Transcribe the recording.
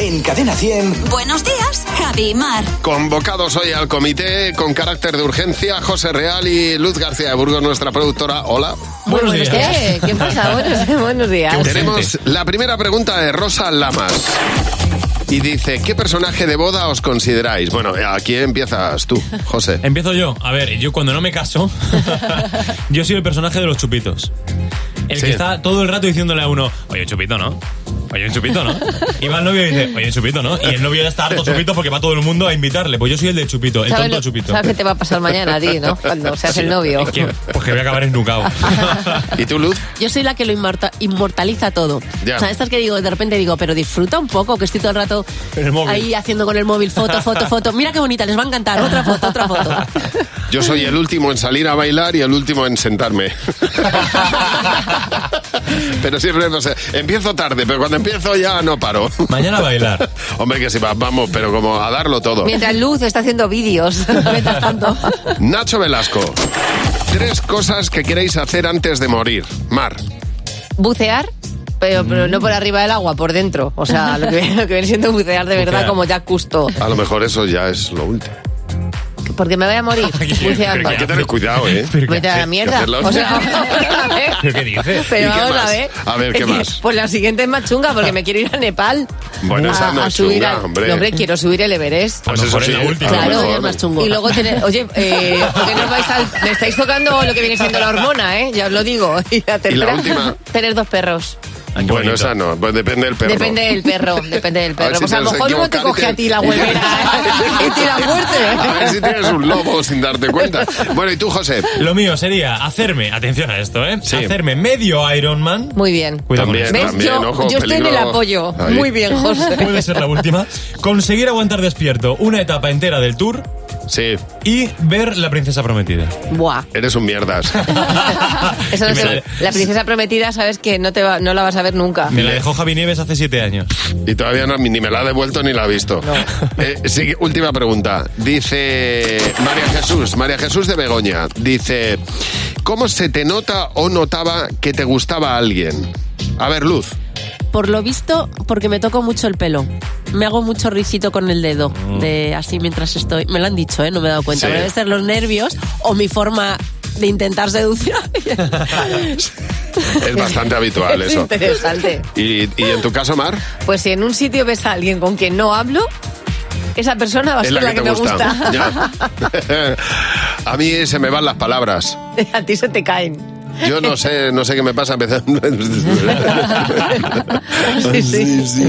En Cadena 100. Buenos días, Javi y Mar. Convocados hoy al comité con carácter de urgencia, José Real y Luz García de Burgos, nuestra productora. Hola. Buenos días. Eh, ¿Qué pasa? Buenos, buenos días. Tenemos la primera pregunta de Rosa Lamas. Y dice, ¿qué personaje de boda os consideráis? Bueno, aquí empiezas tú, José. Empiezo yo. A ver, yo cuando no me caso, yo soy el personaje de los chupitos. El Sí. que está todo el rato diciéndole a uno, oye, un chupito, ¿no? Oye, un chupito, ¿no? Y va el novio y dice, oye, un chupito, ¿no? Y el novio ya está harto chupito porque va todo el mundo a invitarle. Pues yo soy el del chupito, el ¿Sabes, tonto lo- chupito. sabes qué te va a pasar mañana a ti, no? Cuando seas el novio. Es que- pues que voy a acabar ennucado. ¿Y tú, Luz? Yo soy la que lo inmorta- inmortaliza todo. Ya. O sea, estas que digo, de repente digo, pero disfruta un poco, que estoy todo el rato En el móvil. ahí haciendo con el móvil foto, foto, foto. Mira qué bonita, les va a encantar. Otra foto, otra foto. Yo soy el último en salir a bailar y el último en sentarme. pero siempre, no sé, empiezo tarde, pero cuando empiezo ya no paro. Mañana a bailar. Hombre, que sí, va- vamos, pero como a darlo todo. Mientras Luz está haciendo vídeos. Mientras tanto. Nacho Velasco. Tres cosas que queréis hacer antes de morir. Mar. Bucear. Pero, pero Mm. no por arriba del agua, por dentro. O sea, lo que, viene- lo que viene siendo bucear de verdad Bucear. como ya Custo. A lo mejor eso ya es lo último. Porque me voy a morir buceando. Hay que tener cuidado, ¿eh? Vete a la Pues mierda. hacerlo. O sea, a ver. ¿Pero qué dices? Pero ¿Y qué vamos más? a ver. A ver, ¿qué Es que, más? Pues la siguiente es más chunga porque me quiero ir a Nepal. Bueno, a, esa no a es subir chunga, al- hombre. Pues No, quiero subir el Everest. A lo mejor es la última. a lo Claro, mejor. es más chungo. Ah, Y luego tener, oye, eh, ¿por qué no os vais al, me estáis tocando lo que viene siendo la hormona, ¿eh? Ya os lo digo. Y la tercera, última? tener dos perros. Ah, qué Bueno, bonito. esa no. Pues depende del perro. Depende del perro, depende del A ver perro. si pues a te lo has mejor luego te equivocado y coge a ti la y- huevera ¿eh? y tira A ver fuerte. si tienes un lobo sin darte cuenta. Bueno, ¿y tú, José? Lo mío sería hacerme, atención a esto, ¿eh? Hacerme medio Iron Man. Muy bien. Cuidado con También, esto. ¿Ves? también, yo ojo, yo estoy en el peligro. apoyo. Ahí. Muy bien, José. Puede ser la última. Conseguir aguantar despierto una etapa entera del tour Sí, y ver La Princesa Prometida. Buah. eres un mierdas. Eso Y no me se- la- la princesa prometida, sabes que no, te va- no la vas a ver nunca. Me la dejó Javi Nieves hace siete años. Y todavía no- ni me la ha devuelto ni la ha visto. Eh, sigue- última pregunta. Dice María Jesús, María Jesús de Begoña. Dice, ¿cómo se te nota o notaba que te gustaba a alguien? A ver, Luz. Por lo visto, porque me toco mucho el pelo. Me hago mucho ricito con el dedo, de así mientras estoy. Me lo han dicho, ¿eh? no me he dado cuenta. Sí. Debe ser los nervios o mi forma de intentar seducir. a alguien. Es bastante habitual es eso. interesante. Y, y en tu caso, Mar, Pues si en un sitio ves a alguien con quien no hablo, esa persona va a es ser la que te me gusta. gusta. Ya. a mí se me van las palabras. a ti se te caen. Yo no sé, no sé qué me pasa empezando. Sí, sí.